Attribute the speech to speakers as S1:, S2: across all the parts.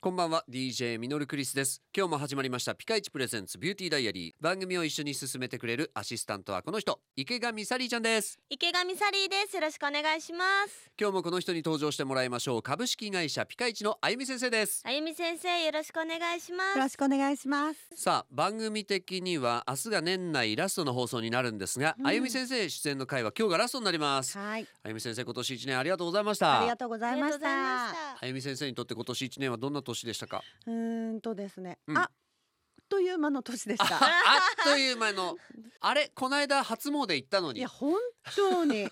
S1: こんばんは DJ ミノルクリスです今日も始まりましたピカイチプレゼンツビューティーダイアリー番組を一緒に進めてくれるアシスタントはこの人池上サリーちゃんです
S2: 池上サリーですよろしくお願いします
S1: 今日もこの人に登場してもらいましょう株式会社ピカイチのあゆみ先生です
S2: あゆみ先生よろしくお願いしま
S3: よろ
S2: す
S3: しくお願いします。
S1: さあ番組的には明日が年内ラストの放送になるんですが、
S3: うん
S1: あゆみ先生出演の回は今日がラストになります
S3: はい、
S1: あゆみ先生今年一年ありがとうございまし
S3: あり
S1: た
S3: がとうご
S2: あ
S3: ざい
S2: りが
S3: まし。
S2: とうございました
S1: あゆみ先生にとって今年一年はどんな年でした か
S3: うーんとですね、
S1: うん
S3: あっという間の年でし
S1: あ
S3: た。
S1: あっという間のあれこの間初詣行ったの
S3: い
S1: に
S3: や本当に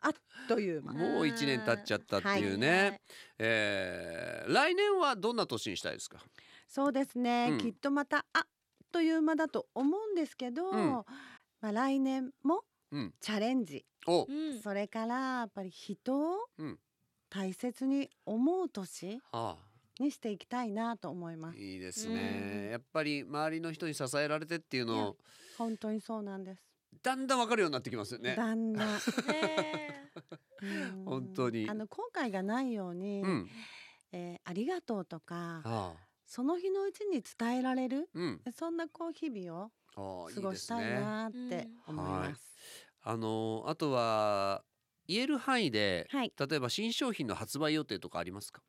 S3: あっという間。
S1: もう一年経っちゃったっていうね、
S2: はい
S1: えー来年はどんな年にしたいですか
S3: そうですね、
S1: うん
S3: きっとまたあっという間だと思うんですけど、
S1: うん
S3: まあ来年も
S1: うん
S3: チャレンジ、
S1: お、
S2: うん
S3: それからやっぱり人を
S1: うん
S3: 大切に思う年
S1: は
S3: にしていきたいなと思いま
S1: あ、
S3: す。
S1: いいですね、
S2: うん
S1: やっぱり周りの人に支えられてっていうのを
S3: 本当にそうなんです。
S1: だんだんわかるようになってきますよね
S3: だんだん、
S2: ね
S3: うん
S1: 本当に
S3: あの後悔がないように。
S1: うん、
S3: えーありがとうとか
S1: はあ、
S3: その日のうちに伝えられる
S1: うん、
S3: そんなこう日々を
S1: ああい
S3: 過
S1: い
S3: ご
S1: で
S3: し
S1: す
S3: たい
S1: ね
S3: なっ
S2: いいです
S3: て
S2: ね
S3: 思います。
S1: あのーあとは言える範囲で、
S3: はい
S1: 例えば新商品の発売予定とかありますか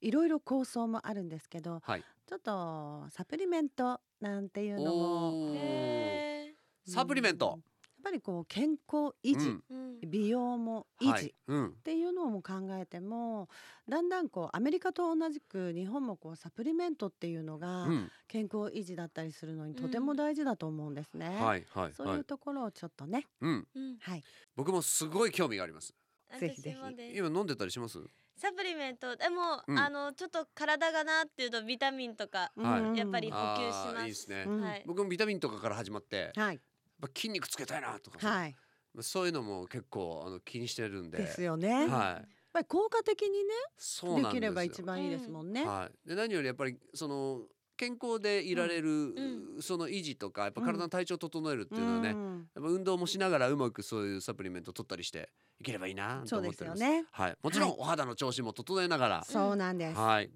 S3: いろいろ構想もあるんですけど、
S1: はい
S3: ちょっとサプリメントなんていうのも
S1: お
S2: え
S1: ー
S2: へ
S1: サプリメン
S3: うんや
S1: ト
S3: っ、ぱりこう健康維
S1: うん
S3: 持、
S2: ーうん
S3: 美容も維持、
S1: は
S3: っ
S1: いうん、
S3: ていうのも考えてもだんだんこうアメリカと同じく日本もこうサプリメントっていうのが
S1: うん、
S3: 健康維持だったりするのにとて
S2: う
S3: も
S2: ん
S3: 大事だと思うんですね。
S1: はいはい
S3: そう
S1: はいいう
S3: ところをちょっとね、
S1: うん、
S2: うん
S3: はい、
S1: 僕もすごい興味があります
S3: ぜひぜひ
S2: 私もです
S1: 今飲んでたりします
S2: サプリメントでも、
S1: うん
S2: あのちょっと体がなっていうとビタミンとか
S1: はい
S3: うん
S2: やっぱり補給し
S1: あ
S2: ます
S1: ーいいですね
S3: うん
S2: はい
S1: 僕もビタミンとかから始まって、やっ
S3: はい、
S1: ぱ筋肉つけたいなとかさ、
S3: はい、
S1: そういうのも結構あの気にしてるんで、
S3: ですよね。やっ
S1: は
S3: ぱり効果的に
S1: そう
S3: ね、
S1: な
S3: で
S1: んですよ。
S3: きれば一番いいですもんね。
S1: はい。で何よりやっぱりその健康でいられる、
S2: ん
S1: その維持とか、やっぱ体の体調を整えるっていうのはね、やっ
S3: ん
S1: ぱ運動もしながらうまくそういうサプリメント取ったりしていければいいなと
S3: そう
S1: 思
S3: で
S1: っ
S3: す
S1: ており
S3: よ
S1: ます。
S3: ね。
S1: はい。もちろんお肌の調子も整えながら、
S3: そうなんです。は
S1: はい。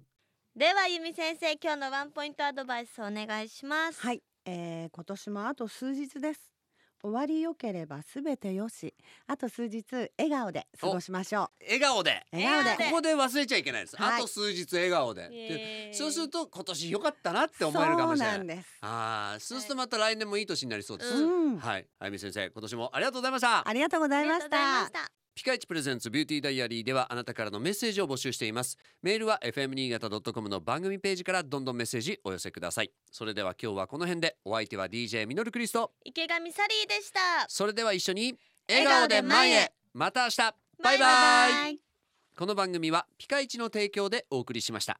S2: ではゆみ先生今日のワンポイントアドバイスお願いします
S3: い、えー今年もあと数日です。終わり良ければすべてよし。あと数日笑顔で過ごしましょ
S1: 笑顔で。
S3: う。笑顔
S2: 笑
S3: で
S2: 顔
S1: ここで忘れちゃいけないです。
S3: はい
S1: あと数日笑顔で。
S2: イ
S1: で
S2: エーイ
S1: そうすると今年良かったなって思えるかもしれない。
S3: そうなんです。
S1: ああ、そうするとまた来年もいい年になりそうです。
S2: う
S3: うん、
S1: はい、あゆみ先生、今年もありがとうございました。
S3: ありがとうござ
S2: あ
S3: い
S2: りが
S3: ま
S2: とう
S3: し
S2: ございま
S3: た
S2: し。た
S1: ピカイチプレゼンツビューティーダイアリーではあなたからのメッセージを募集しています。メールは fm 新潟 .com の番組ページからどんどんメッセージお寄せください。それでは今日はこの辺でお相手は DJ ミノルクリスト。
S2: 池上サリーでした
S1: それでは一緒に
S2: 笑顔で前へ
S1: また明日バイバイこの番組はピカイチの提供でお送りしました。